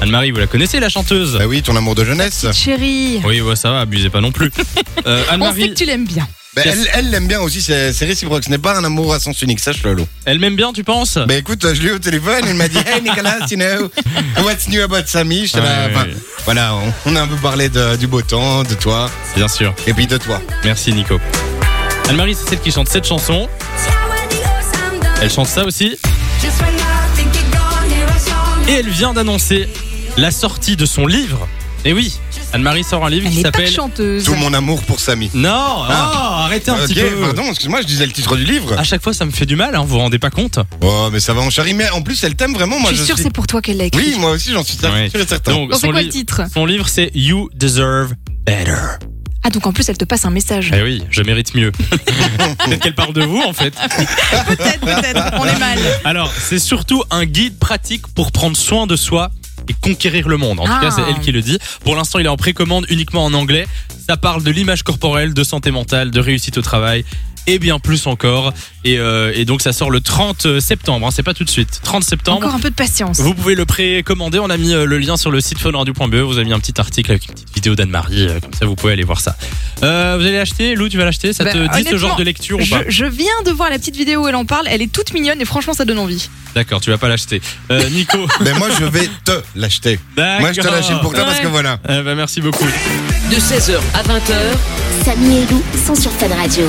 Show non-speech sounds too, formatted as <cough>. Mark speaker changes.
Speaker 1: Anne-Marie, vous la connaissez, la chanteuse
Speaker 2: Bah oui, ton amour de jeunesse.
Speaker 3: Chérie,
Speaker 2: Ah
Speaker 1: Oui, ouais, ça va, abusez pas non
Speaker 2: <laughs>
Speaker 1: plus. Euh,
Speaker 3: on sait
Speaker 1: Anne-Marie,
Speaker 3: que tu l'aimes bien.
Speaker 2: Bah, elle, elle l'aime bien aussi, c'est c'est réciproque. Ce n'est pas un amour à sens unique, sache-le, Lolo.
Speaker 1: elle m'aime bien, tu penses
Speaker 2: Bah écoute, je l'ai eu au téléphone, il m'a dit Hey Nicolas, <laughs> you know, what's new about Samy J'étais là,
Speaker 1: Ouais,
Speaker 2: enfin,
Speaker 1: ouais.
Speaker 2: Voilà, on, on a un peu parlé de- du beau temps, de toi,
Speaker 1: Bien sûr.
Speaker 2: et puis de toi.
Speaker 1: Merci, Nico. Anne-Marie, c'est celle qui chante cette chanson. Elle chante ça aussi. Et elle vient d'annoncer la sortie de son livre. Et oui, Anne-Marie sort un livre
Speaker 3: Elle
Speaker 1: qui
Speaker 3: n'est pas
Speaker 1: s'appelle.
Speaker 3: chanteuse.
Speaker 2: Tout mon amour pour Samy.
Speaker 1: Non,
Speaker 2: Ah.
Speaker 1: oh, arrêtez un
Speaker 2: Ok,
Speaker 1: petit peu. Ah.
Speaker 2: pardon, excuse-moi, je disais le titre du livre.
Speaker 1: À chaque fois, ça me fait du mal, hein, vous vous rendez pas compte
Speaker 2: Oh, mais ça va, on charrie. Mais en plus, elle t'aime vraiment, moi
Speaker 3: je
Speaker 2: je
Speaker 3: suis sûre que
Speaker 2: suis.
Speaker 3: c'est pour toi qu'elle l'a écrit.
Speaker 2: Oui, moi aussi, j'en suis sûr
Speaker 1: Ouais.
Speaker 2: sûr et certain.
Speaker 1: Donc,
Speaker 3: Bon, c'est
Speaker 1: son,
Speaker 3: quoi
Speaker 1: li-
Speaker 3: le titre
Speaker 1: son livre, c'est You Deserve Better.
Speaker 3: Ah, donc en plus, elle te passe un message.
Speaker 1: Eh oui, je mérite
Speaker 2: <laughs>
Speaker 1: mieux. Peut-être qu'elle parle de vous, en fait.
Speaker 3: Peut-être, peut-être, on est mal.
Speaker 1: Alors, c'est surtout un guide pratique pour prendre soin de soi et conquérir le monde. En tout
Speaker 3: Ah.
Speaker 1: cas, c'est elle qui le dit. Pour l'instant, il est en précommande uniquement en anglais. Ça parle de l'image corporelle, de santé mentale, de réussite au travail et bien plus encore. Et, euh, et donc, ça sort le 30 septembre. hein, c'est pas tout de suite. 30 septembre.
Speaker 3: Encore un peu de patience.
Speaker 1: Vous pouvez le précommander. On a mis euh, le lien sur le site funradio.be. E. Vous avez mis un petit article avec une petite vidéo d'Anne-Marie. euh, Comme ça, vous pouvez aller voir ça. Euh, vous allez l'acheter Lou, tu vas l'acheter Ça
Speaker 3: Bah,
Speaker 1: te dit ce genre
Speaker 3: honnêtement,
Speaker 1: de lecture ou
Speaker 3: Je,
Speaker 1: pas
Speaker 3: je viens de voir la petite vidéo où elle en parle, elle est toute mignonne et franchement ça donne envie.
Speaker 1: D'accord, tu vas pas l'acheter. Euh,
Speaker 3: <laughs>
Speaker 1: Nico,
Speaker 2: Ben moi, je vais te l'acheter. Moi, je te l'achète pour toi parce que
Speaker 3: Ouais.
Speaker 2: voilà.
Speaker 1: Eh ben, merci beaucoup.
Speaker 4: De 16h à 20h,
Speaker 5: Samy et Lou sont sur Fun Radio.